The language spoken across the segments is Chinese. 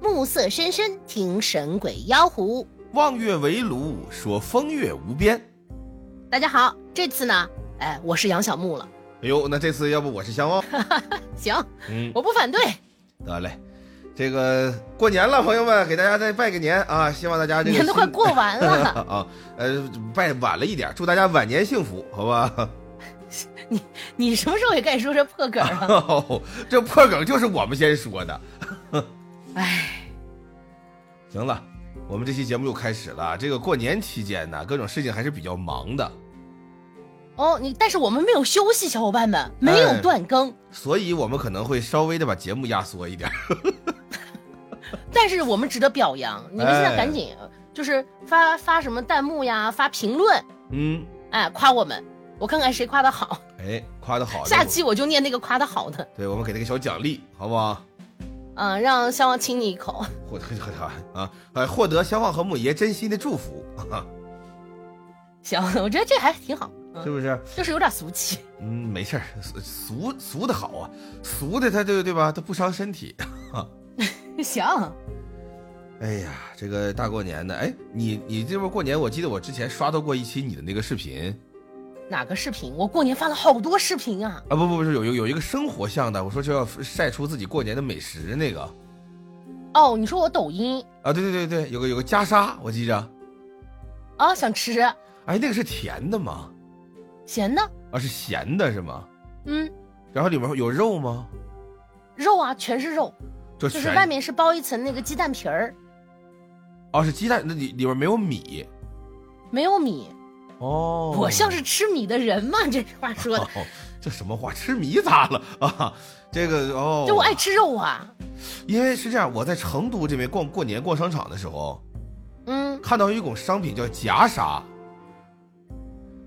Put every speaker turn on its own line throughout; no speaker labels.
暮色深深，听神鬼妖狐。
望月为炉，说风月无边。
大家好，这次呢，哎，我是杨小木了。
哎呦，那这次要不我是香 哦？
行，
嗯，
我不反对。
得嘞。这个过年了，朋友们，给大家再拜个年啊！希望大家这个
年都快过完了，
啊，呃，拜晚了一点，祝大家晚年幸福，好吧？
你什么时候也该说这破梗啊
啊
了？
哦这破梗就是我们先说的。
哎，
行了，我们这期节目又开始了。这个过年期间呢，各种事情还是比较忙的，
哦，你但是我们没有休息，小伙伴们
哎
没有断更，
所以我们可能会稍微的把节目压缩一点。
但是我们值得表扬。你们现在
哎
赶紧就是发发什么弹幕呀，发评论，
嗯，
哎，夸我们，我看看谁夸的好，
哎，夸的好的，
下期我就念那个夸的好的，
对我们给他个小奖励，好不好？
嗯、让肖望亲你一口。
获得啊，哎，获得相望和母爷真心的祝福，啊
行，我觉得这还挺好，嗯
是不是？
就是有点俗气。
嗯，没事儿，俗俗俗的好啊，俗的他对对吧？他不伤身体。
行，
哎呀，这个大过年的，哎，你你这边过年，我记得我之前刷到过一期你的那个视频
哪个视频？我过年发了好多视频啊。
啊，不不不是有有有一个生活向的，我说就要晒出自己过年的美食那个
哦，你说我抖音
啊，对对对对，有个有个袈裟，我记着，
啊，想吃
哎，那个是甜的吗？
咸的，
啊，是咸的是吗？
嗯，
然后里面有肉吗？
肉啊，全是肉，
就
就
全
是外面是包一层那个鸡蛋皮儿，
哦，是鸡蛋，那里里面没有米
没有米。
哦。
我像是吃米的人嘛， 这话说的
哦，， 这什么话？吃米咋了啊？这个哦，
就我爱吃肉啊。
因为是这样，我在成都这边逛过年逛商场的时候，
嗯，
看到有一种商品叫夹沙，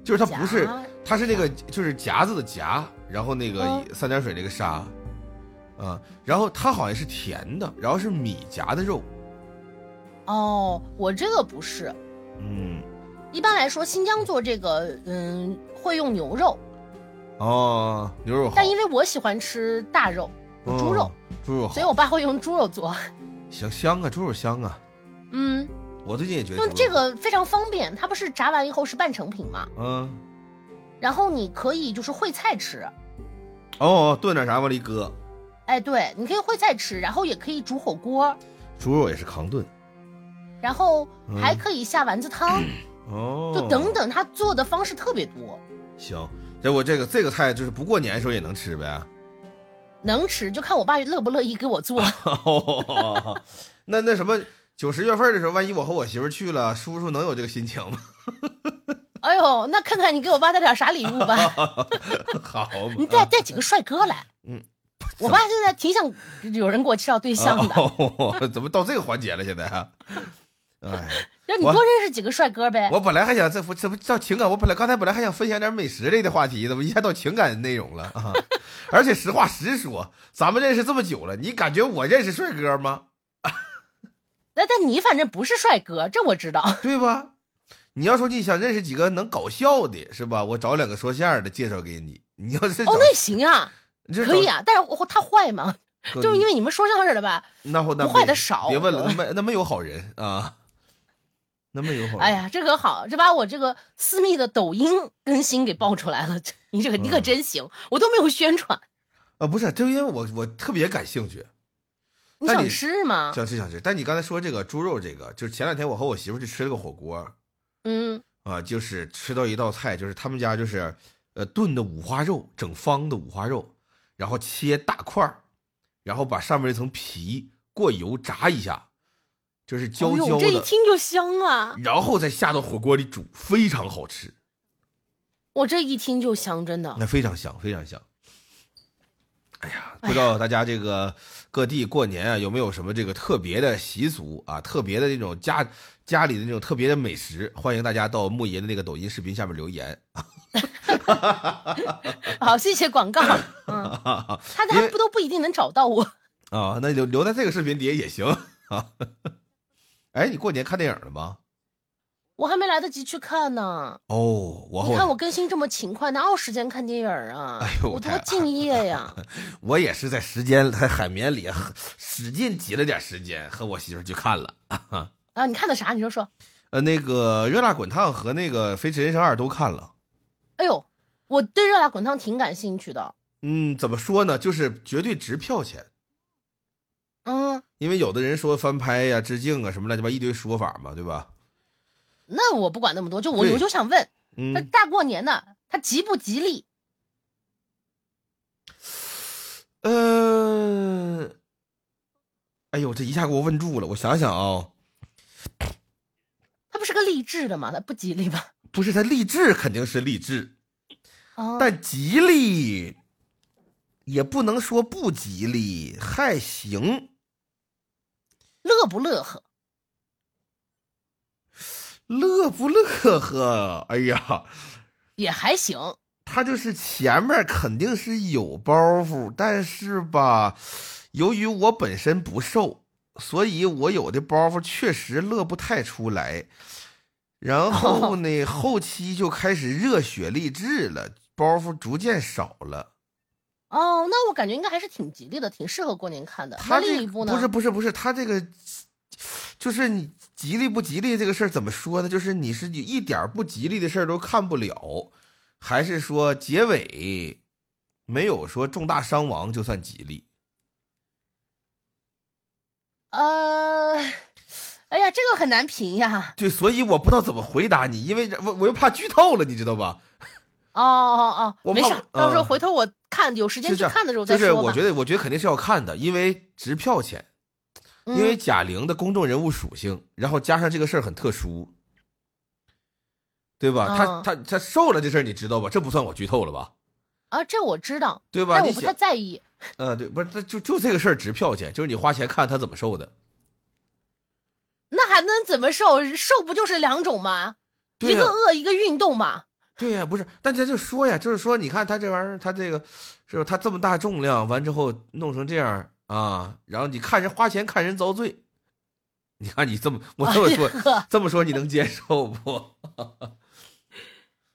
就是它不是
夹，
它是那个就是夹子的夹，然后那个
嗯
三点水那个沙，啊、然后它好像是甜的，然后是米夹的肉，
哦，我这个不是。
嗯，
一般来说，新疆做这个，嗯，会用牛肉，
哦，牛肉好，
但因为我喜欢吃大肉，有猪肉，
嗯，猪肉
所以
好，
我爸会用猪肉做。
行香啊，猪肉香啊，
嗯，
我最近也觉得
用
猪肉
这，个非常方便，它不是炸完以后是半成品嘛，
嗯，
然后你可以就是烩菜吃，
哦，炖点啥往里搁，
哎，对，你可以烩菜吃，然后也可以煮火锅，
猪肉也是扛炖，
然后
嗯
还可以下丸子 汤，
哦，
就等等，他做的方式特别多，
行，结果这个这个菜就是不过年的时候也能吃呗。
能吃就看我爸乐不乐意给我做。
哦，那那什么，九十月份的时候，万一我和我媳妇儿去了，叔叔能有这个心情吗？
哎呦，那看看你给我爸带点啥礼物吧，
好嘛，
你带带几个帅哥来。
嗯，
我爸现在挺想有人给我介绍对象的，
哦怎么到这个环节了？现在啊，哎，
让你
我
多认识几个帅哥呗。
我本来还想这不这不叫情感，我本来刚才本来还想分享点美食类的话题，怎么一下到情感内容了 啊？而且实话实说，咱们认识这么久了，你感觉我认识帅哥吗？
那但你反正不是帅哥，这我知道。
对吧？你要说你想认识几个能搞笑的，是吧？我找两个说相声的介绍给你。你要是找，
哦，那行啊，
你是
可以啊，但是我他坏吗？
找，
就是因为你们说相声的吧？
那后那
不坏
没
的少
别问了，那没那没有好人啊，那没有好人。
哎，呀，这可好，这把我这个私密的抖音更新给爆出来了。这你这个
嗯
你可真行，我都没有宣传。
啊，不是，就因为我我特别感兴趣，
你
那
想
你
吃吗？
想吃想吃。但你刚才说这个猪肉，这个就是前两天我和我媳妇去吃了个火锅
嗯，
啊，就是吃到一道菜，就是他们家就是呃炖的五花肉，整方的五花肉，然后切大块儿，然后把上面那层皮过油炸一下，就是焦
哎呦
焦
这一
的，
听就香啊！
然后再下到火锅里煮，非常好吃，
我这一听就香，真的。
那非常香，非常香。哎呀，不知道大家这个各地过年啊有没有什么这个特别的习俗啊，特别的这种家家里的那种特别的美食，欢迎大家到木爷的那个抖音视频下面留言。
好，谢谢广告。 嗯，他
因
他
为
不都不一定能找到我。
啊，那留留在这个视频底下也行啊。哎，你过年看电影了吗？
我还没来得及去看呢。
哦，我
你看
后
我更新这么勤快，哪有时间看电影啊？
哎呦
我
太
多敬业 呀！
我也是在时间在海绵里使劲挤了点时间，和我媳妇儿去看了。
啊，你看的啥？你说说。
呃，那个《热辣滚烫》和那个《飞驰人生二》都看了。
哎呦，我对热辣滚烫挺感兴趣的。
嗯，怎么说呢？就是绝对值票钱，
嗯，
因为有的人说翻拍呀、致敬啊什么乱七八一堆说法嘛，对吧？
那我不管那么多，就我
对
我就想问，这
嗯，
大过年的，它吉不吉利？
呃，哎呦，这一下给我问住了。我想想啊、
它不是个励志的吗？它不吉利吧？
不是他励志肯定是励志，
啊，
但吉利也不能说不吉利，还行，
乐不乐呵？
乐不乐呵？哎呀，
也还行。
他就是前面肯定是有包袱，但是吧，由于我本身不瘦，所以我有的包袱确实乐不太出来。然后呢，后期就开始热血励志了，包袱逐渐少了。
哦，那我感觉应该还是挺吉利的，挺适合过年看的。
他
那
这
另一部呢？
不是不是不是，他这个就是你吉利不吉利这个事儿怎么说呢？就是你是一点儿不吉利的事儿都看不了，还是说结尾没有说重大伤亡就算吉利？
呃，哎呀，这个很难评呀。
对，所以我不知道怎么回答你，因为我我又怕剧透了，你知道吧？
哦哦
我
哦，没
怕
事
我
儿，到时候
嗯
回头我看有时
就
间
是
去看的时候
就
再
是
说
我
吧。
觉得我觉得肯定是要看的，因为值票钱，因为
嗯
贾玲的公众人物属性，然后加上这个事儿很特殊，对吧？她
嗯
她她瘦了这事儿你知道吧？这不算我剧透了吧？
啊，这我知道，
对吧？
但
你
哎我不太
想，
在意。
呃，对，不是，这就就这个事儿值票钱，就是你花钱看她怎么瘦的。
那还能怎么瘦？瘦不就是两种吗？
对
一
呀、
个饿，一个运动嘛。
对呀、不是，但咱就说呀，就是说，你看她这玩意儿，她这个是吧？她这么大重量，完之后弄成这样啊，然后你看人花钱看人遭罪，你看你这么我
哎
这么说，
呵
这么说你能接受不？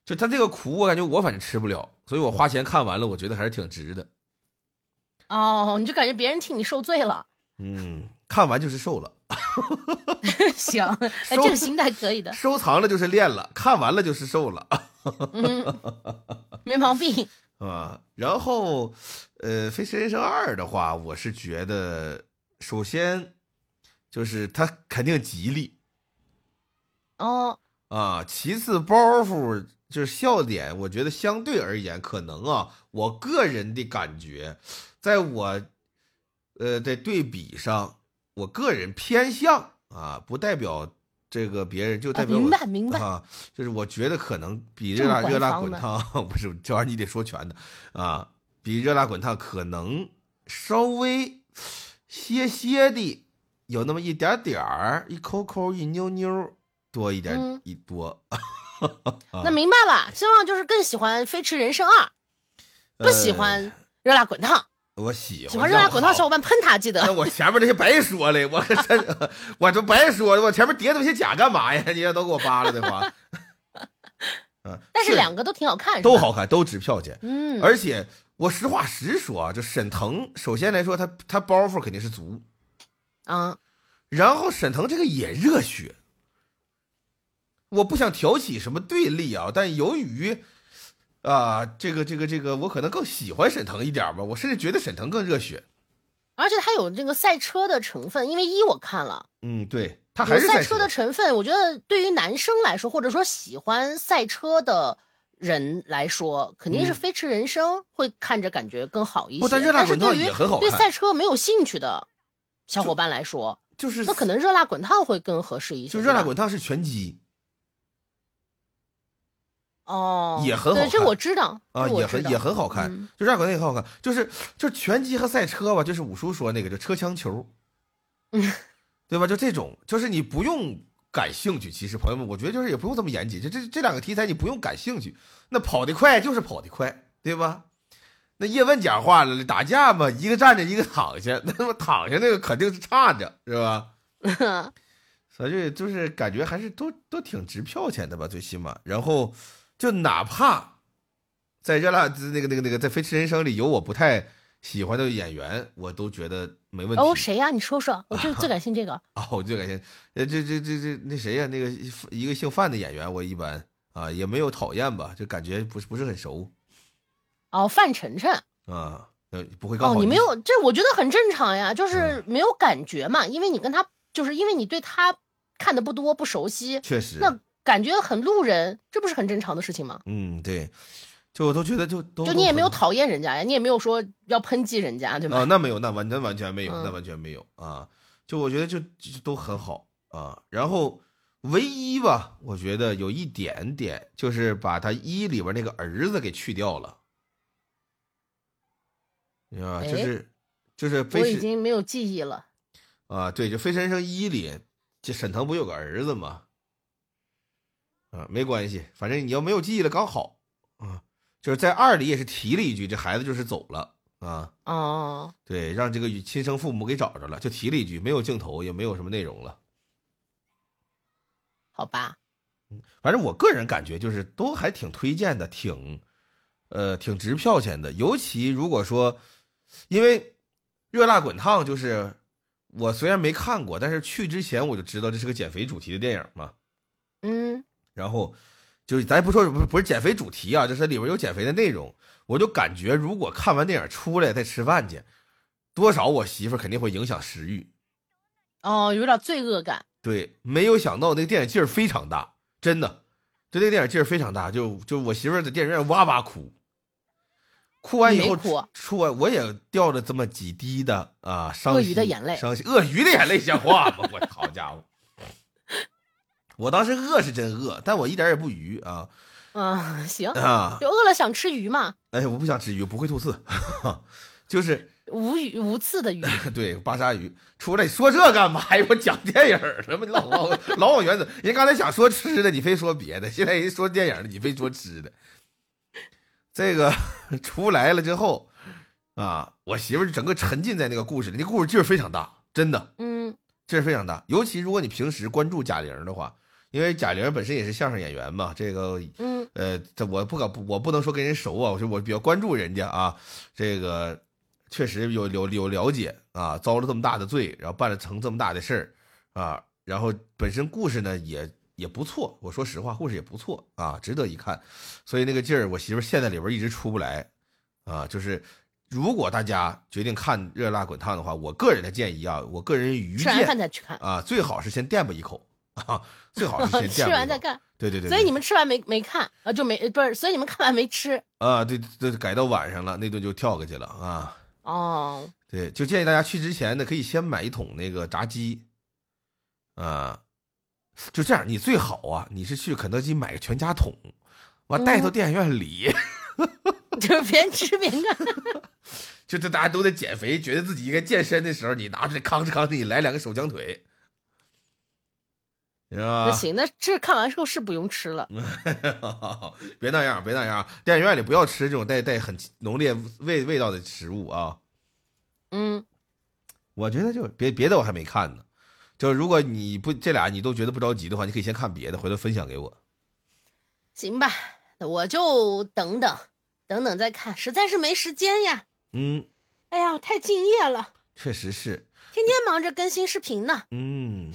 就他这个苦，我感觉我反正吃不了，所以我花钱看完了，我觉得还是挺值的。
哦，你就感觉别人替你受罪了。
嗯，看完就是瘦了，
行，哎，
收
这个心态可以的，
收藏了就是练了，看完了就是瘦了
嗯，没毛病。
啊。然后，呃，《飞驰人生二》的话，我是觉得，首先就是它肯定吉利
哦，
啊，其次包袱就是笑点，我觉得相对而言，可能啊，我个人的感觉，在我呃的对比上，我个人偏向啊，不代表这个别人，就代
啊
表我、
明白明白
啊，就是我觉得可能比
这
热
么
辣热
官
辣
方
滚
呢
烫 不是这玩意儿，你得说全的啊，比热辣滚烫可能稍微 些些的有那么一点点儿，一抠抠一妞妞多一点、
嗯
一多，啊
那明白了。希望就是更喜欢《飞驰人生二》，不喜欢《热辣滚烫》
呃我哎喜欢哎
喜欢《热辣滚烫》小伙伴喷他，记
那
得。
我前面这些白说了，我可真，我这 白说了，我前面叠那么些假干嘛呀？你要都给我扒了的话， 嗯，
但是两个都挺好看，是吧
都。好看，都值票钱，
嗯，
而且我实话实说啊，就沈腾，首先来说他他包袱肯定是足，
啊，
然后沈腾这个也热血，我不想挑起什么对立啊，但由于啊、这个这个这个，我可能更喜欢沈腾一点吧，我甚至觉得沈腾更热血。
而且它有这个赛车的成分，因为一我看了，
嗯，对他还
有
是
赛
在
车的成分。我觉得对于男生来说，或者说喜欢赛车的人来说，肯定是
嗯
《飞驰人生》会看着感觉更好一些。
不但热辣
是
滚烫
对于
也很好
对
看
赛车没有兴趣的小伙伴来说，
就是
那可能热辣滚烫会更合适一些。
就热
对
辣
吧
滚烫是拳击
哦，
也很好
对，这
看
我知道
啊，
这我
也
知
很
道
也很好看，
嗯
就热辣滚烫也很好看，就是就是拳击和赛车吧，就是五叔说那个，就车枪 球，
嗯
对吧？就这种，就是你不用感兴趣，其实朋友们，我觉得就是也不用这么严谨，就这这两个题材你不用感兴趣，那跑得快就是跑得快，对吧？那叶问讲话了，打架嘛， 一个站着一个躺下，那么躺下那个肯定是差着，是吧？所以就是感觉还是都都挺值票钱的吧，最起码。然后就哪怕在热辣兹那个那个那个在《飞驰人生》里有我不太喜欢的演员，我都觉得没问题。
哦，谁呀、你说说，我就最感兴趣这个。
啊，我最感谢，呃，这这这这那谁呀、那个一个姓范的演员，我一般啊也没有讨厌吧，就感觉不是不是很熟
哦，范晨 晨。
啊，呃，不会刚
哦
好，嗯
你没有，这我觉得很正常呀，就是没有感觉嘛，因为你跟他，就是因为你对他看的不多，不熟悉，
确实，
那感觉很路人，这不是很正常的事情吗？
嗯，对，就我都觉得就都
就
都
你也没有
很
讨厌人家呀，你也没有说要抨击人家，对
啊，
吧？
那没有，那完那完全没有，那
嗯
完全没有啊。就我觉得就就都很好啊。然后唯一吧，我觉得有一点点就是把他一里边那个儿子给去掉了，你知道吧？就
哎
是就是
我
非
已
是
经没有记忆了。
啊，对，就《飞驰人生一》里，这沈腾不有个儿子吗？啊，没关系，反正你要没有记忆了，刚好啊。就是在二里也是提了一句，这孩子就是走了啊，
哦，
对，让这个与亲生父母给找着了，就提了一句，没有镜头，也没有什么内容了。
好吧，
反正我个人感觉就是都还挺推荐的，挺，呃，挺值票钱的。尤其如果说，因为热辣滚烫就是我虽然没看过，但是去之前我就知道这是个减肥主题的电影嘛。
嗯，
然后就是咱不说不是不是减肥主题啊，就是它里边有减肥的内容，我就感觉如果看完电影出来再吃饭去，多少我媳妇儿肯定会影响食欲。
哦，有点罪恶感。
对，没有想到那个电影劲儿非常大，真的，就那个电影劲儿非常大，就就我媳妇儿在电影院哇哇哭，哭完以
你
后
没哭啊
出完我也掉了这么几滴的啊，伤
鳄
心
鱼的眼泪
伤心鳄鱼的眼泪像话吗？ 我好家伙，我当时饿是真饿，但我一点儿也不鱼啊
嗯， 行，
啊！
就饿了想吃鱼嘛，
哎，我不想吃鱼，不会吐刺， 就是
无鱼无刺 的鱼。
对，巴沙鱼出来说这干嘛呀？我 讲电影儿呢嘛，你老往老往原则。人刚才想说吃的，你非说别的；现在人说电影儿了，你非说吃的。这个 出来了之后啊，我媳妇儿整个沉浸在那个故事里，那故事劲儿非常大，真的
嗯，
劲儿非常大。尤其如果你平时关注贾玲的话，因为贾玲本身也是相声演员嘛，这个
嗯，
呃，这我不敢不，我不能说跟人熟啊，我说我比较关注人家啊，这个确实有有有了解啊，遭了这么大的罪，然后办了成这么大的事儿啊，然后本身故事呢也也不错，我说实话，故事也不错啊，值得一看，所以那个劲儿，我媳妇儿陷在里边儿一直出不来啊，就是。如果大家决定看《热辣滚烫》的话，我个人的建议啊，我个人愚
吃完
见
饭再去看，
啊，最好是先垫吧一口啊，最好是先
吃
垫吧
完
一
再
口
看。
对对对，
所以
对
你们吃完没没看啊？就没呃不是，所以你们看完没吃
啊，对对，改到晚上了，那顿就跳过去了啊。
哦。
对，就建议大家去之前呢，可以先买一桶那个炸鸡，啊，就这样，你最好啊，你是去肯德基买个全家桶，
嗯
完带到电影院里，
就是边吃边看。
就这大家都在减肥，觉得自己应该健身的时候，你拿出来吭哧吭哧，你来两个手枪腿，是
不
吧？
行，那这看完之后是不用吃了。
嗯别那样，别那样，电影院里不要吃这种带带很浓烈味味道的食物啊。
嗯，
我觉得就别别的我还没看呢，就是如果你不这俩你都觉得不着急的话，你可以先看别的，回头分享给我。
行吧，那我就等等，等等再看，实在是没时间呀。
嗯，
哎呀，太敬业了，
确实是，
天天忙着更新视频呢。
嗯，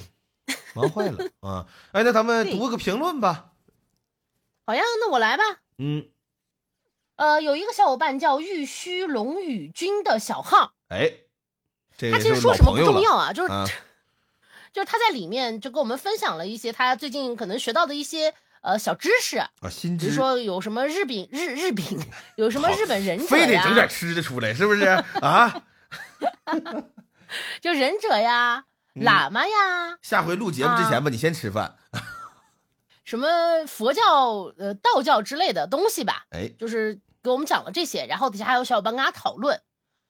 忙坏了啊。哎，那咱们
对
读个评论吧。
好呀，那我来吧。
嗯，
呃，有一个小伙伴叫玉虚龙宇君的小号，
哎，这
他
个
其实
是
说
老
什么
朋
不
友
重
了
要啊，就是、
啊。
就是他在里面就跟我们分享了一些他最近可能学到的一些呃小知识，
啊，新
比
知
如说有什么日饼日日饼，有什么
好
日本忍者
非得
呀，
整点吃的出来，是不是啊？
就忍者呀、
嗯
喇嘛呀，
下回录节目之前
啊
吧，你先吃饭。
什么佛教、呃道教之类的东西吧，
哎，
就是给我们讲了这些，然后底下还有小伙伴跟他讨论。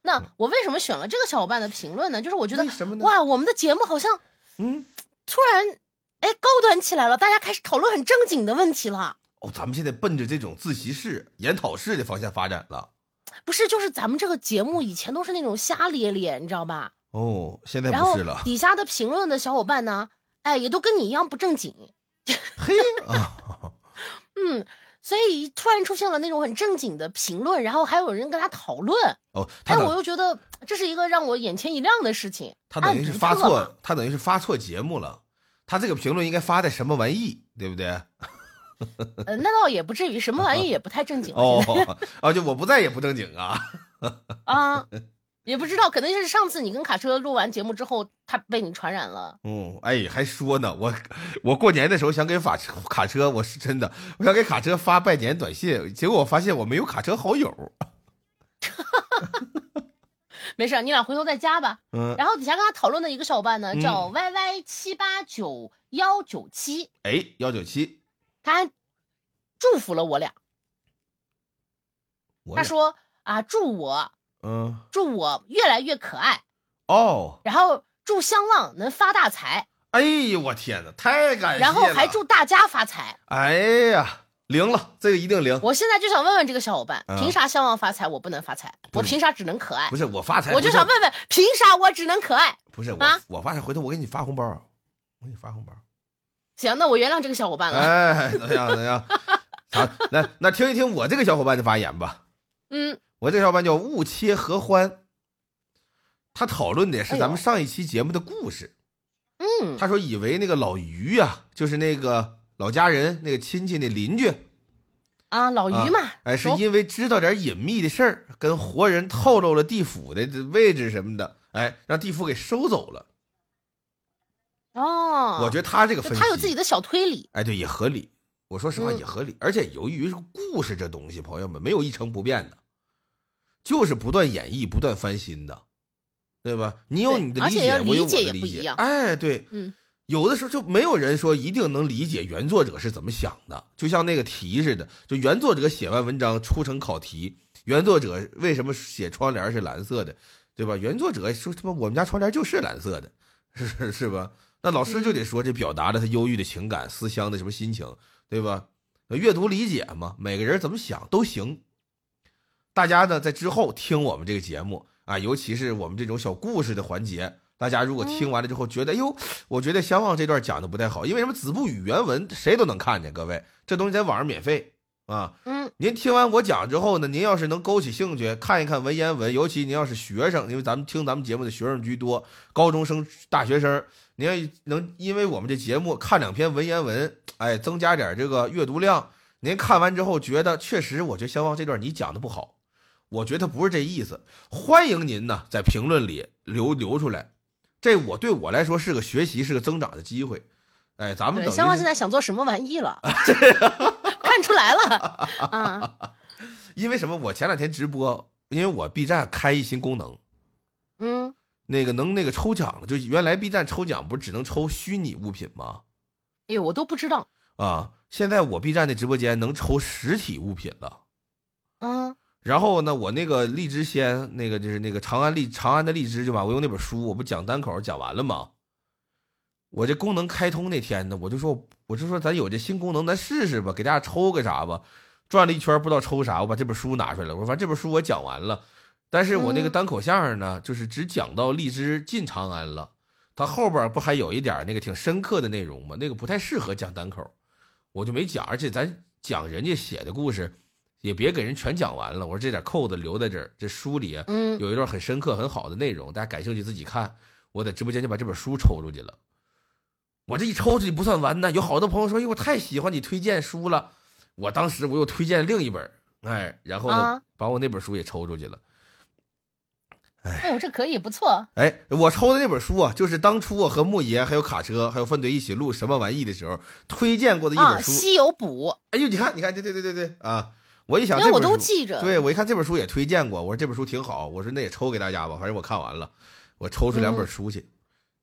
那我为什么选了这个小伙伴的评论呢？就是我觉得
嗯为什么呢
哇，我们的节目好像
嗯，
突然哎高端起来了，大家开始讨论很正经的问题了。
哦，咱们现在奔着这种自习室、研讨室的方向发展了。
不是，就是咱们这个节目以前都是那种瞎咧咧，你知道吧？
哦，现在
然
不
后
是了。
底下的评论的小伙伴呢，哎，也都跟你一样不正经，
嘿啊，
嗯，所以突然出现了那种很正经的评论，然后还有人跟他讨论，
哦，他
哎，
等
我又觉得这是一个让我眼前一亮的事情。哎
他等于是发
按独特嘛
错，他等于是发错节目了。他这个评论应该发在什么玩意，对不对？
呃，那倒也不至于，什么玩意也不太正经了
哦，啊，就我不在也不正经啊。
啊，也不知道，可能是上次你跟卡车录完节目之后，他被你传染了。
嗯，哎，还说呢，我我过年的时候想给法车卡车，我是真的，我想给卡车发拜年短信，结果我发现我没有卡车好友。
没事儿，你俩回头再加吧。
嗯，
然后底下跟他讨论的一个小伙伴呢，
嗯
叫 Y Y 七八九幺九七，
哎，幺九七，
他还祝福了我俩，
我
他
俩，
说啊，祝我
嗯，
祝我越来越可爱，
哦，
然后祝相浪能发大财，
哎呦，我天哪，太感谢了。
然后还祝，大家发财。
哎呀，零了，这个一定零。
我现在就想问问这个小伙伴，
啊
凭啥相浪发财我不能发财？
不
我
是
凭啥只能可爱
不？是我发财，
我就
不是
想问问，凭啥我只能可爱？
不是我，
啊
我发财，回头我给你发红包，啊我给你发红包。
行，那我原谅这个小伙伴了。啊
哎，怎么样？怎么样？好，来，那听一听我这个小伙伴的发言吧。
嗯，
我这个小伙伴叫误切合欢，他讨论的是咱
哎呦
们上一期节目的故事。
嗯
他说以为那个老于啊，就是那个老家人、那个亲戚、那邻居，
啊，老于嘛，
哎，是
熟
因为知道点隐秘的事儿，跟活人透露了地府的这位置什么的，哎，让地府给收走了。
哦，
我觉得他这个
就
分析，
他有自己的小推理，
哎，对，也合理。我说实话
嗯
也合理，而且由于是故事这东西，朋友们没有一成不变的，就是不断演绎、不断翻新的，对吧？你有
对
你的
而
理
且
解
要，
我有
理
我
解
的
也不
理
一
解。
样
哎，对，
嗯
有的时候就没有人说一定能理解原作者是怎么想的，就像那个题似的，就原作者写完文章出成考题，原作者为什么写窗帘是蓝色的，对吧？原作者说他妈我们家窗帘就是蓝色的，是是是吧？那老
嗯
师就得说这表达了他忧郁的情感、思乡的什么心情，对吧？阅读理解嘛，每个人怎么想都行。大家呢在之后听我们这个节目啊，尤其是我们这种小故事的环节，大家如果听完了之后觉得，哎呦，我觉得相望这段讲的不太好，因为什么？子不语原文谁都能看见，各位，这东西在网上免费啊。
嗯，
您听完我讲之后呢，您要是能勾起兴趣，看一看文言文，尤其您要是学生，因为咱们听咱们节目的学生居多，高中生、大学生，您要能因为我们这节目看两篇文言文，哎，增加点这个阅读量。您看完之后觉得确实，我觉得相望这段你讲的不好，我觉得他不是这意思。欢迎您呢在评论里留留出来，这我对我来说是个学习，是个增长的机会。哎，咱们
对，
等于啊
香花
是
现在想做什么玩意 了， 看出来了啊，
因为什么？我前两天直播，因为我 B 站开一新功能。
嗯
那个能那个抽奖了，就原来 B 站抽奖不是只能抽虚拟物品吗？
哎呦，我都不知道，
啊，现在我 B 站的直播间能抽实体物品了。
嗯
然后呢，我那个荔枝仙，那个就是那个长安荔长安的荔枝，就吧？我用那本书，我不讲单口讲完了吗？我这功能开通那天呢，我就说，我就说咱有这新功能，咱试试吧，给大家抽个啥吧。转了一圈不知道抽啥，我把这本书拿出来了。我说反正这本书我讲完了，但是我那个
嗯
单口相呢，就是只讲到荔枝进长安了，它后边不还有一点那个挺深刻的内容吗？那个不太适合讲单口，我就没讲。而且咱讲人家写的故事，也别给人全讲完了。我说这点扣子留在这儿，这书里啊
嗯，
有一段很深刻、很好的内容，大家感兴趣自己看。我在直播间就把这本书抽出去了。我这一抽出去不算完呢，有好多朋友说：“哎哟，我太喜欢你推荐书了。”我当时我又推荐另一本，哎，然后呢
啊，
把我那本书也抽出去了。
哎呦，这可以不错，
哎，我抽的那本书啊，就是当初我和木爷、还有卡车、还有范队一起录什么玩意的时候推荐过的一
啊，
本书。
稀有补，
哎呦，你看，你看，对对对对对啊！我一想
因
这
为
本书，
我都记着，
对，我一看这本书也推荐过，我说这本书挺好，我说那也抽给大家吧，反正我看完了，我抽出
嗯
两本书去，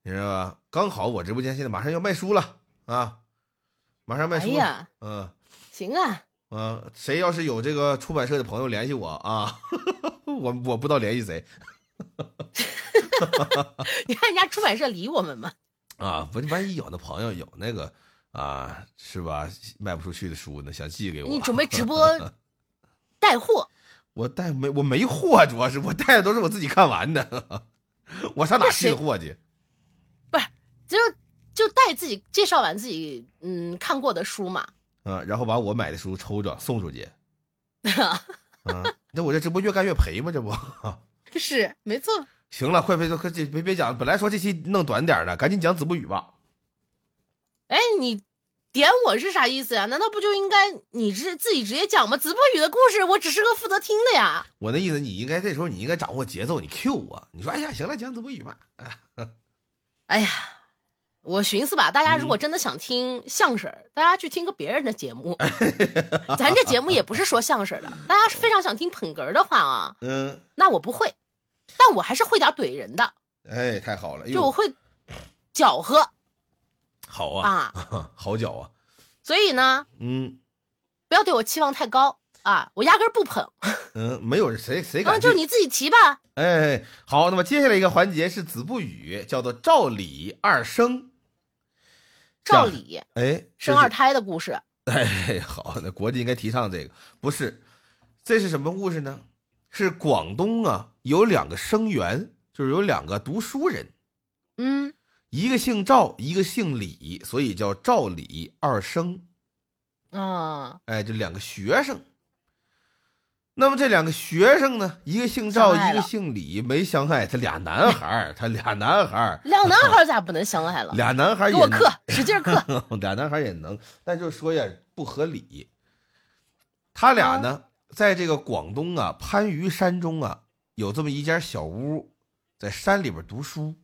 你知道吧？刚好我直播间现在马上要卖书了啊，马上卖
哎
书了，
呀，
嗯
行啊，
嗯，谁要是有这个出版社的朋友联系我啊， 我我不知道联系谁
你看人家出版社理我们嘛，
啊，不，万一有那朋友有那个啊，是吧？卖不出去的书呢，想寄给我，
你准备直 播带货，
我带没我没货，啊主要是我带的都是我自己看完的，我上哪
那谁
进货去？
就是就带自己介绍完自己嗯看过的书嘛，
嗯，然后把我买的书抽着送出 去，嗯，那我这这不越干越赔吗？这不，
是没错。
行了，快别快这别别讲，本来说这期弄短点儿的，赶紧讲子不语吧。
哎，你点我是啥意思呀？难道不就应该你直自己直接讲吗？子不语的故事，我只是个负责听的呀。
我那意思，你应该这时候你应该掌握节奏，你 Q 我，你说哎呀，行了，讲子不语吧。
哎呀，我寻思吧，大家如
嗯
果真的想听相声，大家去听个别人的节 目，咱这节目也不是说相声的。大家非常想听捧哏儿的话啊，
嗯，
那我不会，但我还是会点儿怼人的，
哎，太好了，哎呦
就我会搅和
好啊，
啊。
好脚啊，
所以呢，
嗯
不要对我期望太高啊，我压根儿不捧，
嗯，没有人谁谁
然后啊
敢
就
去
你自己提吧。
哎，好，那么接下来一个环节是子不语，叫做照理二生。
照理
哎，
生
这是
二胎的故事，
哎，好，那国际应该提倡这个，不是？这是什么故事呢？是广东啊，有两个生源，就是有两个读书人，
嗯，
一个姓赵，一个姓李，所以叫赵李二生。
啊，
哎，这两个学生。那么这两个学生呢，一个姓赵，
相爱
一
了
个姓李，没相爱。他俩男孩儿，他俩男孩儿，
两男孩儿咋不能相爱了？
俩男孩儿
给
也
我克，使劲儿克。
俩男孩也能，但就是说呀不合理。他俩呢，
哦
在这个广东啊番禺山中啊，有这么一间小屋，在山里边读书。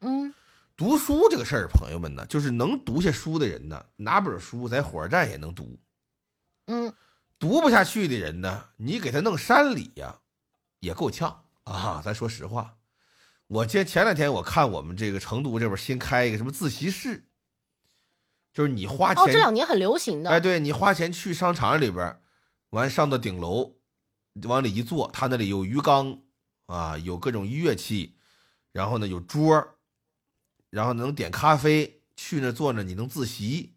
嗯，
读书这个事儿，朋友们呢，就是能读下书的人呢，拿本书在火车站也能读；
嗯，
读不下去的人呢，你给他弄山里呀、也够呛啊。咱说实话，我前前两天我看我们这个成都这边新开一个什么自习室，就是你花钱、
哦，这两年很流行
哎，
的，
对你花钱去商场里边儿，完上到顶楼，往里一坐，他那里有鱼缸啊，有各种乐器，然后呢有桌儿，然后能点咖啡，去那儿坐着你能自习。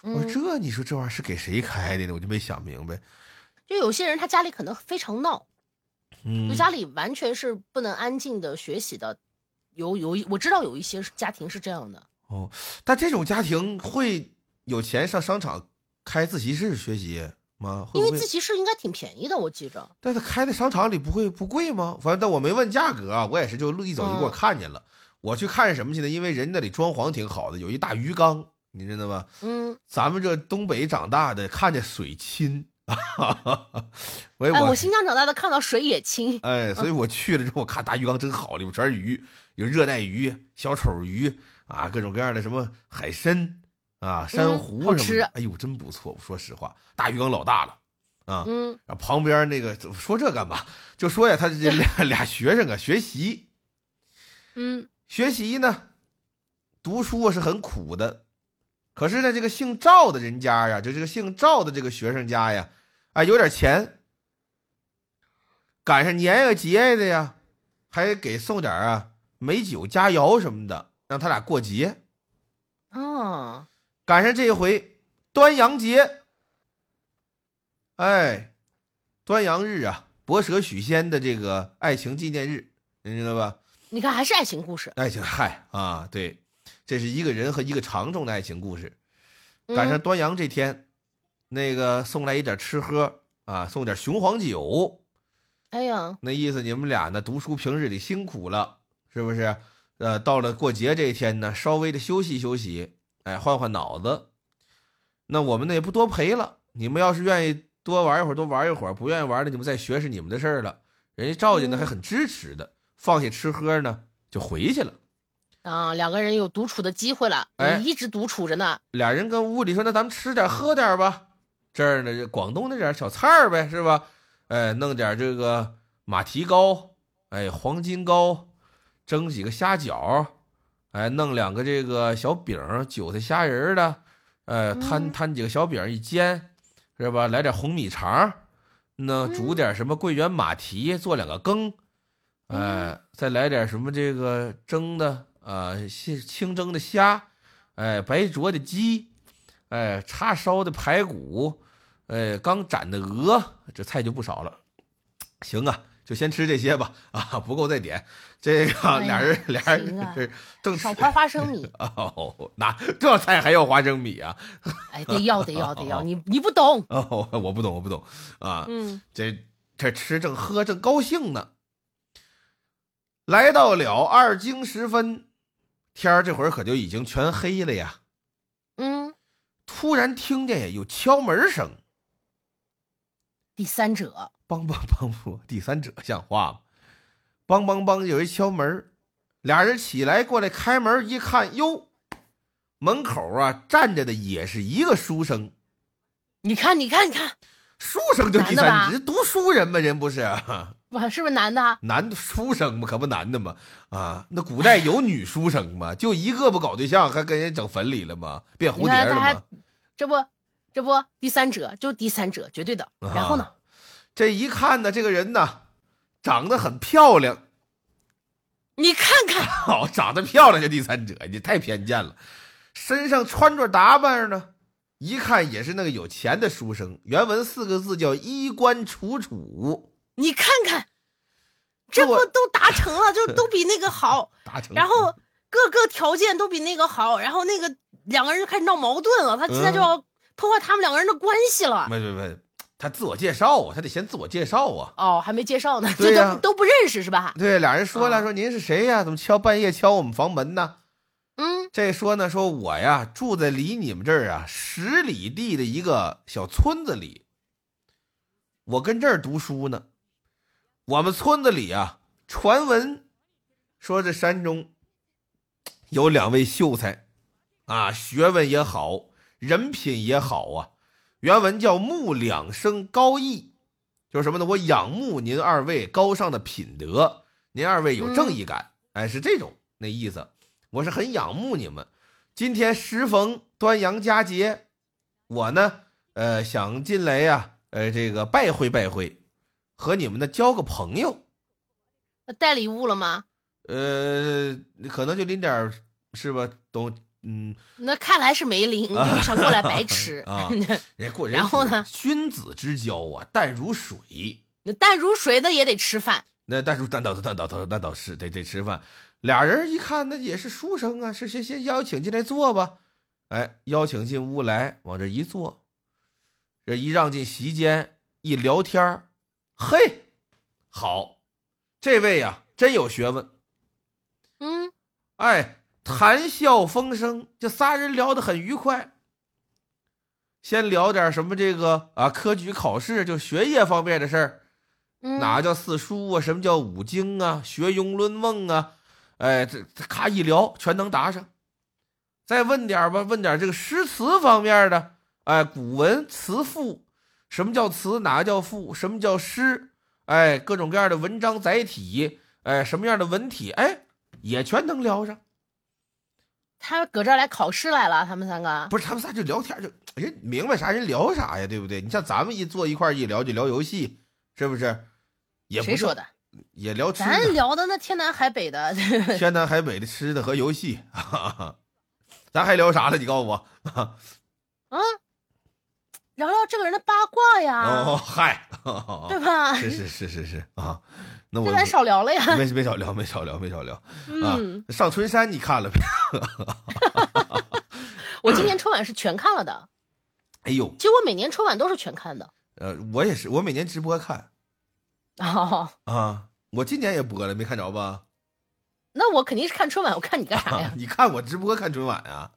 我
嗯
说这你说这玩意儿是给谁开的呢？我就没想明白。
就有些人他家里可能非常闹，
嗯
就，家里完全是不能安静的学习的。有有一，我知道有一些家庭是这样的，
哦，但这种家庭会有钱上商场开自习室学习吗？会
因为
不会
自？习室应该挺便宜的，我记着。
但是开在商场里不会不贵吗？反正但我没问价格啊，我也是就路一走就给我
嗯
看见了。我去看什么去呢？因为人那里装潢挺好的，有一大鱼缸，你知道吗？
嗯，
咱们这东北长大的看见水 亲，喂
哎，
我
我嗯新疆长大的看到水也清，
哎，所以我去了之后，我看大鱼缸真好，里面全是鱼，有热带鱼、小丑鱼啊，各种各样的什么海参啊、珊
嗯
瑚
好
什么
吃
的。哎呦，真不错！我说实话，大鱼缸老大了啊。
嗯，
然后旁边那个说这干嘛？就说呀，他这俩 俩学生啊，学习
嗯
学习呢，读书啊是很苦的，可是呢，这个姓赵的人家呀，就这个姓赵的这个学生家呀，啊，有点钱，赶上年夜节的呀，还给送点啊美酒佳肴什么的，让他俩过节。
啊，
赶上这一回端阳节，哎，端阳日啊，博蛇许仙的这个爱情纪念日，你知道吧？
你看还是爱情故事，
爱情，嗨啊，对，这是一个人和一个长虫的爱情故事。赶上
嗯
端阳这天，那个送来一点吃喝啊，送点雄黄酒，
哎呀，
那意思你们俩呢，读书平日里辛苦了，是不是？呃，到了过节这一天呢，稍微的休息休息，哎，换换脑子。那我们呢也不多陪了，你们要是愿意多玩一会儿，多玩一会儿；不愿意玩了，你们再学是你们的事儿了。人家赵家呢
嗯
还很支持的，放下吃喝呢就回去了。
啊，两个人有独处的机会了，
哎
你一直独处着呢，
俩人跟屋里说：“那咱们吃点喝点吧。”这儿呢，这广东那点儿小菜儿呗，是吧？哎，弄点这个马蹄糕，哎，黄金糕，蒸几个虾饺，哎，弄两个这个小饼儿，韭菜虾仁儿的，呃，摊
嗯
摊几个小饼儿一煎，是吧？来点红米肠儿，那煮点什么桂圆马蹄，做两个羹，哎，再来点什么这个蒸的，呃，清清蒸的虾，哎，白灼的鸡，哎，叉烧的排骨，哎，刚斩的鹅，这菜就不少了。行啊，就先吃这些吧，啊，不够再点。这个
哎呀
俩人俩人
行啊
是正吃
少块花生米，
哦，那这菜还要花生米啊？
哎，得要得要得 要，你你不懂，
哦，我不懂，我不懂啊。
嗯，
这这吃正喝正高兴呢。来到了二更时分，天儿这会儿可就已经全黑了呀。
嗯，
突然听见有敲门声，
第三者，
梆梆梆梆，第三者像话吗？梆梆梆，有人敲门，俩人起来过来开门，一看，哟，门口啊站着的也是一个书生，
你看你看你看，
书生就第
男
三
的吧
者，读书人嘛，人不是啊
哇，是不是男的？啊
男的书生嘛，可不男的嘛啊，那古代有女书生嘛，就一个不搞对象，还跟人整坟里了吗？变蝴
你
蝶
看
了
他还
吗？，
这不这不第三者，就第三者，绝对的。
啊
然后呢？
这一看呢，这个人呢，长得很漂亮，
你看看，
好，长得漂亮就第三者，你太偏见了。身上穿着打扮呢，一看也是那个有钱的书生。原文四个字叫“衣冠楚楚
你看看，这
我
不都达成了，就都比那个 好”，，
达成。
然后各个条件都比那个好，然后那个两个人就开始闹矛盾了，他现在就要破坏他们两个人的关系了。
嗯没没没，他自我介绍啊，他得先自我介绍啊。
哦，还没介绍呢，
对
这
呀
都都不认识是吧？
对，俩人说了，
啊
说您是谁呀？怎么敲半夜敲我们房门呢？
嗯，
这说呢，说我呀住在离你们这儿啊十里地的一个小村子里，我跟这儿读书呢。我们村子里啊，传闻说这山中有两位秀才，啊，学问也好，人品也好啊。原文叫“慕两生高义”，就是什么呢？我仰慕您二位高尚的品德，您二位有正义感，哎，是这种那意思。我是很仰慕你们。今天时逢端阳佳节，我呢，呃，想进来呀、呃，这个拜会拜会，和你们呢交个朋友。
带礼物了吗？
呃，可能就拎点儿是吧？懂，嗯，
那看来是没灵，路上过来白吃。
啊人过人。
然后呢？
君子之交啊，淡如水。
那淡如水的也得吃饭，
那但是那倒那倒那倒那倒是得得吃饭。俩人一看，那也是书生啊，是先先邀请进来坐吧。哎，邀请进屋来，往这一坐，这一让进席间，一聊天儿嘿，好，这位呀、真有学问，
嗯，
哎，谈笑风生，这仨人聊得很愉快。先聊点什么这个啊，科举考试就学业方面的事儿，
嗯
哪叫四书啊？什么叫五经啊？学《庸论孟》啊？哎，这这咔一聊，全能答上。再问点儿吧，问点儿这个诗词方面的，哎，古文词赋，什么叫词？哪个叫赋？什么叫诗？哎，各种各样的文章载体，哎，什么样的文体，哎，也全能聊上。
他搁这儿来考试来了，他们三个。
不是他们仨就聊天儿，就人明白啥人聊啥呀，对不对？你像咱们一坐一块儿一聊就聊游戏，是不是？也不
谁
是
说的？
也聊吃的。
咱聊的那天南海北的，
天南海北的吃的和游戏， 咱还聊啥了？你告诉我。
嗯，聊聊这个人的八卦
哦，
呀，
嗨，哦
对吧？
是是是是是啊，那
这
我啊
咱少聊了呀。
没没少聊，没少聊，没少聊啊
嗯，。
上春山你看了没？
我今年春晚是全看了的，
哎呦，
其实我每年春晚都是全看的。
呃，我也是，我每年直播看
哦，
啊，我今年也播了，没看着吧？
那我肯定是看春晚，我看你干啥呀
？你看我直播看春晚啊？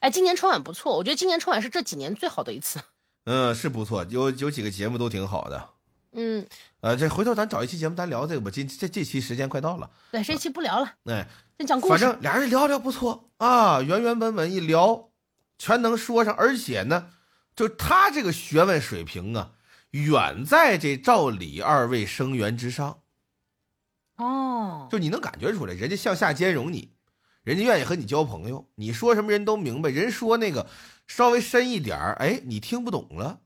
哎，今年春晚不错，我觉得今年春晚是这几年最好的一次。
嗯，是不错，有有几个节目都挺好的。
嗯，
呃，这回头咱找一期节目单聊这个吧，今这这期时间快到了，
对，这期不聊了，
哎，
先讲故
反
事。
正俩人聊聊不错啊，原原本本一聊，全能说上，而且呢，就他这个学问水平啊，远在这赵李二位生员之上，
哦，
就你能感觉出来，人家向下兼容你，人家愿意和你交朋友，你说什么人都明白，人说那个稍微深一点儿，哎，你听不懂了，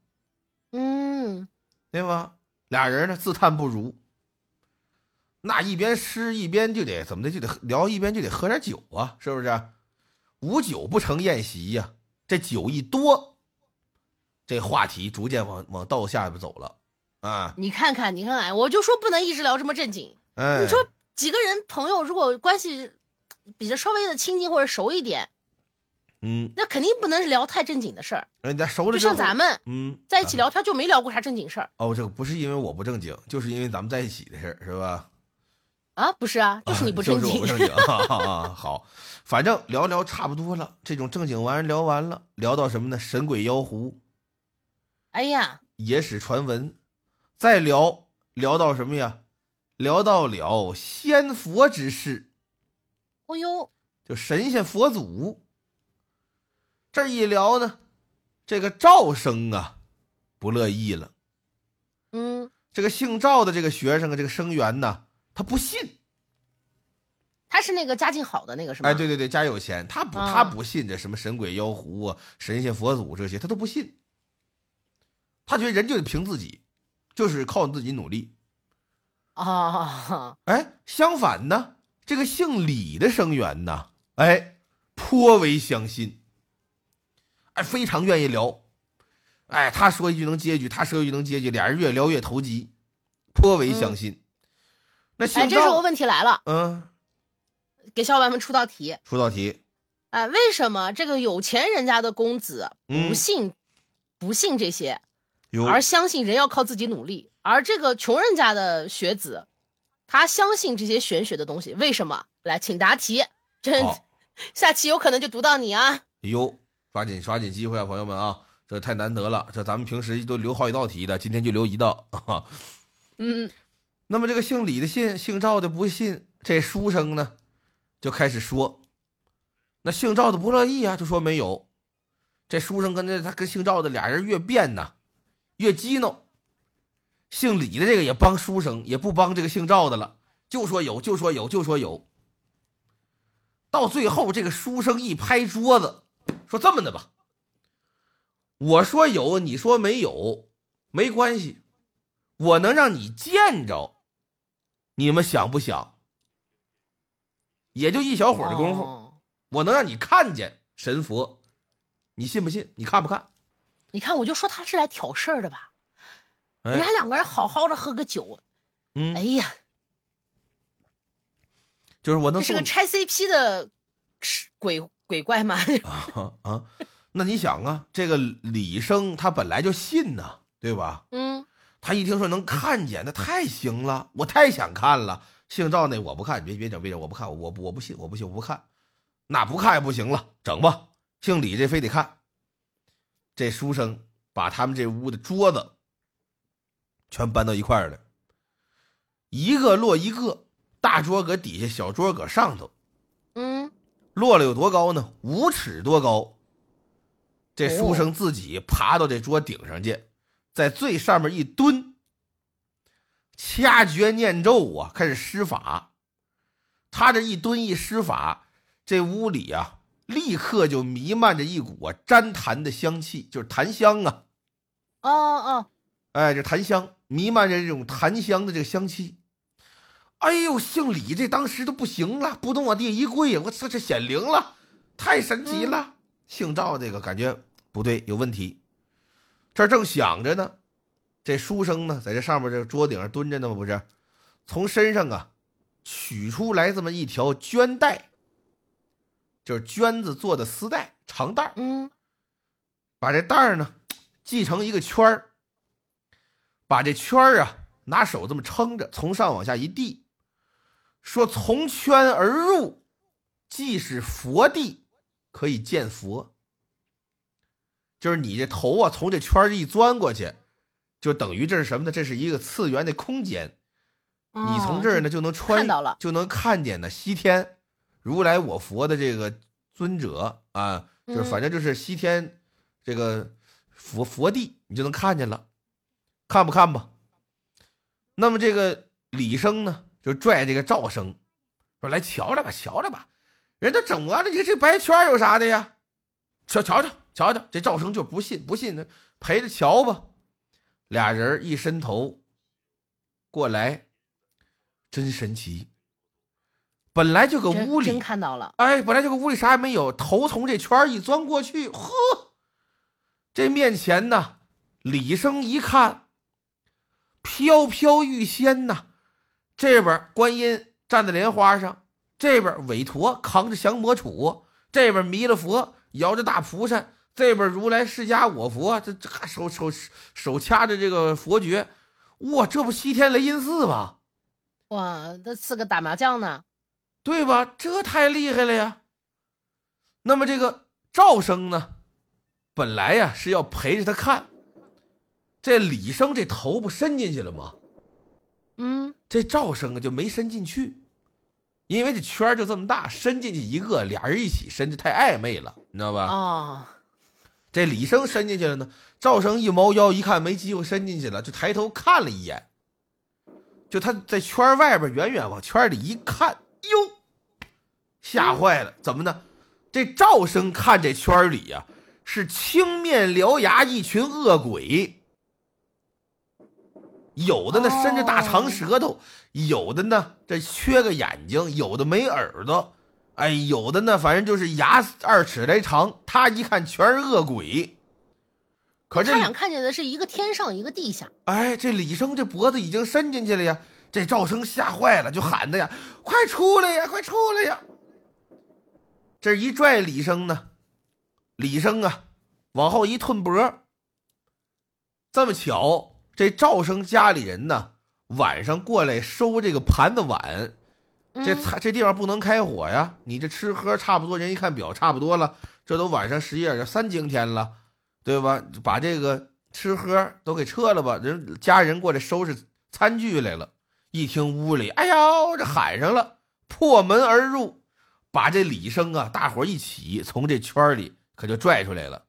嗯，
对吧？俩人呢自叹不如，那一边吃一边就得怎么的，就得聊，一边就得喝点酒啊，是不是？无酒不成宴席呀、这酒一多，这话题逐渐往往倒下边走了。啊，
你看看，你看看，我就说不能一直聊这么正经。
哎，
你说几个人朋友如果关系比较稍微的亲近或者熟一点，
嗯，
那肯定不能聊太正经的事儿。
人家熟了
就
之后
像咱们
嗯
在一起聊天就没聊过啥正经事儿
哦，这个不是因为我不正经，就是因为咱们在一起的事儿，是吧？
啊，不是啊，就是你不正
就是我
经
不。正经啊。好，反正聊聊差不多了，这种正经玩意儿聊完了，聊到什么呢？神鬼妖狐、
哎呀，
野史传闻，再聊聊到什么呀？聊到了仙佛之事，
哦呦，
就神仙佛祖。这一聊呢，这个赵生啊，不乐意了。
嗯，
这个姓赵的这个学生啊，这个生源呢，他不信。
他是那个家境好的那个是吗？
哎，对对对，家有钱，他不、
啊
他不信这什么神鬼妖狐啊、神仙佛祖这些，他都不信。他觉得人就是凭自己，就是靠自己努力。
哦，
哎，相反呢，这个姓李的生源呢，哎，颇为相信，哎，非常愿意聊。哎，他说一句能接一句，他说一句能接一句，俩人越聊越投机，颇为相信。
嗯
那
哎，
姓
这时候
赵，
问题来了，
嗯，
给小伙伴们出道题。
出道题，
哎，为什么这个有钱人家的公子不
嗯
信、不信这些，
有
而相信人要靠自己努力？而这个穷人家的学子，他相信这些玄学的东西，为什么？来，请答题，这
好
下期有可能就读到你啊！
哟，抓紧抓紧机会啊，朋友们啊，这太难得了。这咱们平时都留好几道题的，今天就留一道。
嗯，
那么这个姓李的信，姓赵的不信，这书生呢就开始说，那姓赵的不乐意啊，就说没有。这书生跟着他跟姓赵的俩人越辩呐，越激闹。姓李的这个也帮书生，也不帮这个姓赵的了，就说有，就说有，就说有。到最后，这个书生一拍桌子，说：“这么的吧，我说有，你说没有，没关系，我能让你见着，你们想不想？也就一小会儿的功夫，
哦
我能让你看见神佛，你信不信？你看不看？
你看，我就说他是来挑事儿的吧。
哎
人家两个人好好的喝个酒，哎
嗯，
呀，
就是我能
这是
送
个
你
拆 CP 的是鬼鬼怪吗？
啊啊！那你想啊，这个李生他本来就信呐，对吧？
嗯，
他一听说能看见，那太行了，我太想看了。姓赵那我不看，别别整，别整，我不看，我不我不信，我不信，我不看。那不看也不行了，整吧。姓李这非得看。这书生把他们这屋的桌子全搬到一块儿来，一个摞一个，大桌搁底下，小桌搁上头。
嗯，
落了有多高呢？五尺多高。这书生自己爬到这桌顶上去，在最上面一蹲，掐诀念咒啊，开始施法。他这一蹲一施法，这屋里啊，立刻就弥漫着一股啊粘痰的香气，就是檀香啊，
哦哦，
哎，这檀香弥漫着这种檀香的这个香气。哎呦，姓李这当时都不行了，扑通往地一跪，我操，这显灵了，太神奇了！姓赵这个感觉不对，有问题。这正想着呢，这书生呢，在这上面这桌顶上蹲着呢嘛，不是，从身上啊取出来这么一条绢带，就是绢子做的丝带，长带儿
嗯，
把这袋儿呢系成一个圈儿，把这圈儿啊拿手这么撑着，从上往下一递，说从圈而入，即是佛地，可以见佛。就是你这头啊，从这圈儿一钻过去，就等于这是什么呢？这是一个次元的空间，你从这儿
哦
呢就能穿
看到了
就能看见呢西天如来我佛的这个尊者啊，就是
嗯
反正就是西天这个佛佛地，你就能看见了，看不看吧？那么这个李生呢，就拽这个赵生说：“来瞧着吧，瞧着吧，人都整完了，你这白圈儿有啥的呀？瞧瞧瞧瞧瞧。”这赵生就不信，不信陪着瞧吧。俩人一伸头过来，真神奇。本来就搁
真
屋里
真，看到了，
哎，本来这个屋里啥也没有，头从这圈儿一钻过去，呵，这面前呢，李生一看，飘飘欲仙呐、这边观音站在莲花上，这边韦陀扛着降魔杵，这边弥勒佛摇着大蒲扇，这边如来释迦我佛，这这手手手掐着这个佛诀，哇，这不西天雷音寺吗？
哇，那四个打麻将呢？
对吧？这太厉害了呀！那么这个赵生呢，本来呀是要陪着他看，这李生这头不伸进去了吗？
嗯，
这赵生啊就没伸进去，因为这圈儿就这么大，伸进去一个，俩人一起伸就太暧昧了，你知道吧？
哦，
这李生伸进去了呢，赵生一猫腰一看没机会伸进去了，就抬头看了一眼，就他在圈儿外边远远往圈儿里一看，哟，吓坏了，怎么呢？这赵生看这圈儿里呀、是青面獠牙一群恶鬼，有的呢伸着大长舌头，有的呢这缺个眼睛，有的没耳朵，哎，有的呢反正就是牙二尺来长，他一看全是恶鬼。可这
他俩看见的是一个天上一个地下，
哎，这李生这脖子已经伸进去了呀！这赵生吓坏了，就喊的呀：“快出来呀，快出来呀！”这一拽李生呢，李生啊，往后一褪脖。这么巧，这赵生家里人呢，晚上过来收这个盘子碗，这
嗯
菜这地方不能开火呀！你这吃喝差不多，人一看表差不多了，这都晚上十一点这三更天了，对吧？把这个吃喝都给撤了吧，人家人过来收拾餐具来了。一听屋里，哎呦，这喊上了，破门而入，把这李生啊，大伙儿一起从这圈儿里可就拽出来了。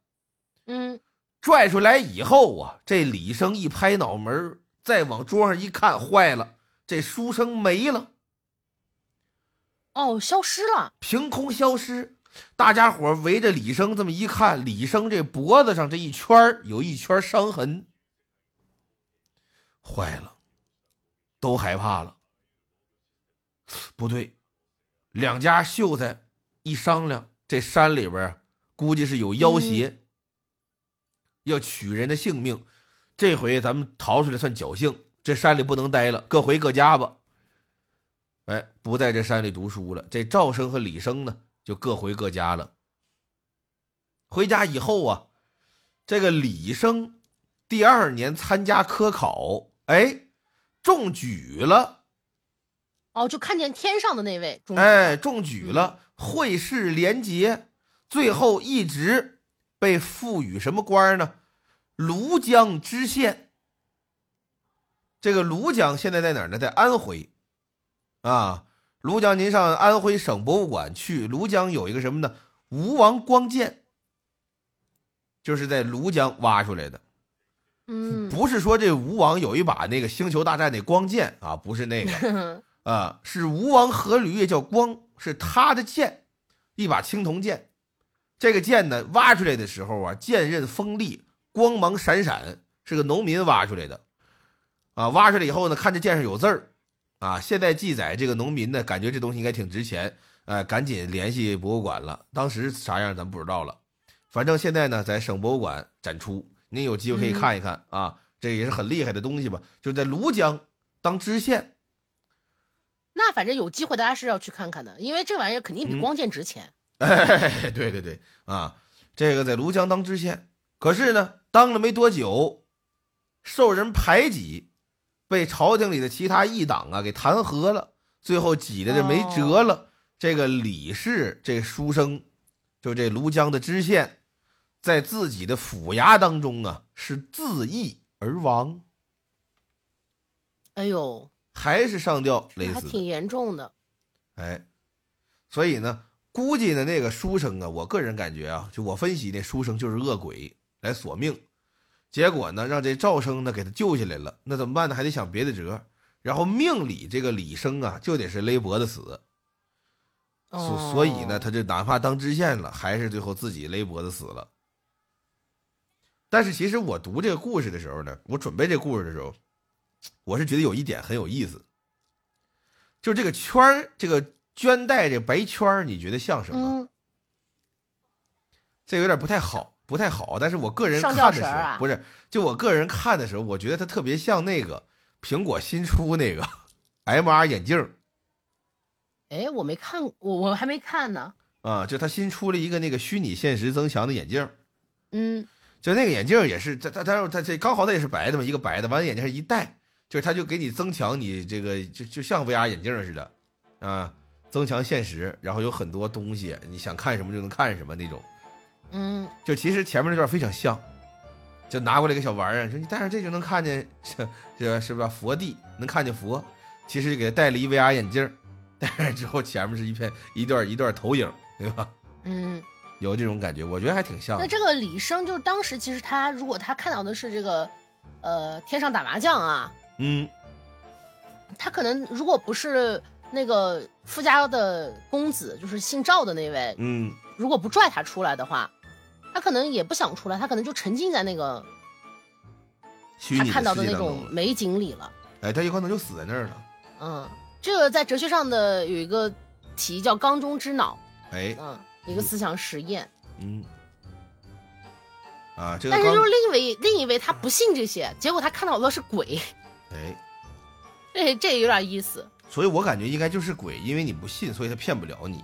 嗯，
拽出来以后啊，这李生一拍脑门儿再往桌上一看，坏了，这书生没了。
哦，消失了，
凭空消失。大家伙围着李生这么一看，李生这脖子上这一圈儿有一圈儿伤痕，坏了，都害怕了。不对，两家秀才一商量，这山里边儿啊估计是有要挟，要取人的性命。这回咱们逃出来算侥幸，这山里不能待了，各回各家吧。哎，不在这山里读书了。这赵生和李生呢，就各回各家了。回家以后啊，这个李生第二年参加科考，哎，中举了，
哦，就看见天上的那位，中
哎，中举了，会试廉洁，最后一直被赋予什么官呢？庐江知县。这个庐江现在在哪儿呢？在安徽，啊，庐江，您上安徽省博物馆去，庐江有一个什么呢？吴王光剑，就是在庐江挖出来的。
嗯，
不是说这吴王有一把那个星球大战那光剑啊，不是那个啊，是吴王阖闾也叫光，是他的剑，一把青铜剑。这个剑呢，挖出来的时候啊，剑刃锋利，光芒闪闪，是个农民挖出来的。啊，挖出来以后呢，看这剑上有字儿，啊，现在记载这个农民呢，感觉这东西应该挺值钱，呃，赶紧联系博物馆了。当时啥样咱不知道了，反正现在呢，在省博物馆展出，您有机会可以
嗯
看一看、啊，这也是很厉害的东西吧？就在庐江当知县，
那反正有机会大家是要去看看的，因为这玩意儿肯定比
嗯
光剑值钱。
哎，对对对，啊，这个在庐江当知县，可是呢，当了没多久，受人排挤，被朝廷里的其他异党啊给弹劾了，最后挤得这没辙了。这个李氏这书生，就这庐江的知县，在自己的府衙当中啊，是自缢而亡，
哎呦，
还是上吊勒
还
死的
挺严重的。
哎，所以呢，估计呢，那个书生啊，我个人感觉啊，就我分析，那书生就是恶鬼来索命，结果呢，让这赵生呢给他救下来了，那怎么办呢？还得想别的辙儿。然后命里这个李生啊，就得是勒脖子死，所
哦
所以呢，他就哪怕当知县了，还是最后自己勒脖子死了。但是其实我读这个故事的时候呢，我准备这故事的时候，我是觉得有一点很有意思，就这个圈儿，这个绢带这白圈儿，你觉得像什么？
嗯，
这有点不太好，不太好。但是我个人
上
看
吊
的时
绳
候，
儿啊
不是，就我个人看的时候，我觉得它特别像那个苹果新出那个 MR 眼镜儿
哎，我没看，我我还没看呢。
啊，就它新出了一个那个虚拟现实增强的眼镜儿，
嗯，
就那个眼镜儿也是，它它它它这刚好它也是白的嘛，一个白的，完了眼镜上一戴，就是它就给你增强你这个就就像 VR 眼镜儿似的，啊，增强现实，然后有很多东西你想看什么就能看什么那种，
嗯，
就其实前面那段非常像，就拿过来一个小玩意儿，说你戴上这就能看见是是是吧佛地能看见佛，其实就给他戴了一 VR 眼镜儿，戴上之后前面是一片一段一段投影，对吧？
嗯，
有这种感觉，我觉得还挺像的
那。这个李生就是当时其实他如果他看到的是这个，呃，天上打麻将啊，
嗯，
他可能如果不是那个富家的公子，就是姓赵的那位，
嗯，
如果不拽他出来的话，他可能也不想出来，他可能就沉浸在那个
虚
他
拟
看到
世
的
界
那
当
种
中了，
美景里了。
哎，他有可能就死在那儿了。
嗯，这个在哲学上的有一个题叫“缸中之脑
哎”，，
嗯，一个思想实验。
嗯，啊，这个
但是
刚
就是另一位另一位他不信这些，结果他看到的是鬼，
哎，
这这有点意思
所以我感觉应该就是鬼，因为你不信，所以他骗不了你。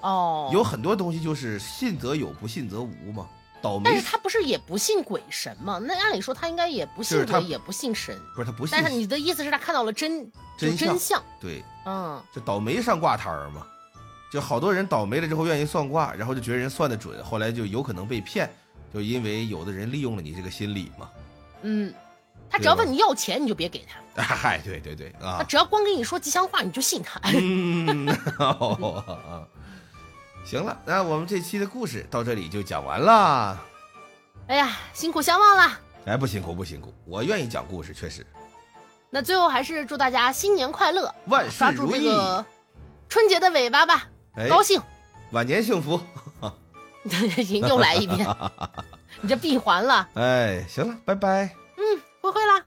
哦。
有，很多东西就是信则有，不信则无嘛。倒
但
霉
是他不是也不信鬼神吗？那按理说他应该也不
就
信
是他
鬼，也不信神。
不是他不信
但是你的意思是他看到了真就
真
真
相，
相，
对，
嗯
就倒霉上卦摊儿嘛。就好多人倒霉了之后愿意算卦，然后就觉得人算的准，后来就有可能被骗，就因为有的人利用了你这个心理嘛。
嗯，他只要
对吧啊
问你要钱，你就别给他。
嗨、对对对啊，
他只要光跟你说吉祥话，你就信他。
嗯，哦啊行了，那我们这期的故事到这里就讲完啦。
哎呀，辛苦相望了。
哎，不辛苦不辛苦，我愿意讲故事，确实。
那最后还是祝大家新年快乐，
万事
抓住
如
这
意
个春节的尾巴吧，
哎，
高兴，
晚年幸福。
又来一遍，你这闭环了，
哎，行了，拜拜。
嗯，挥挥啦。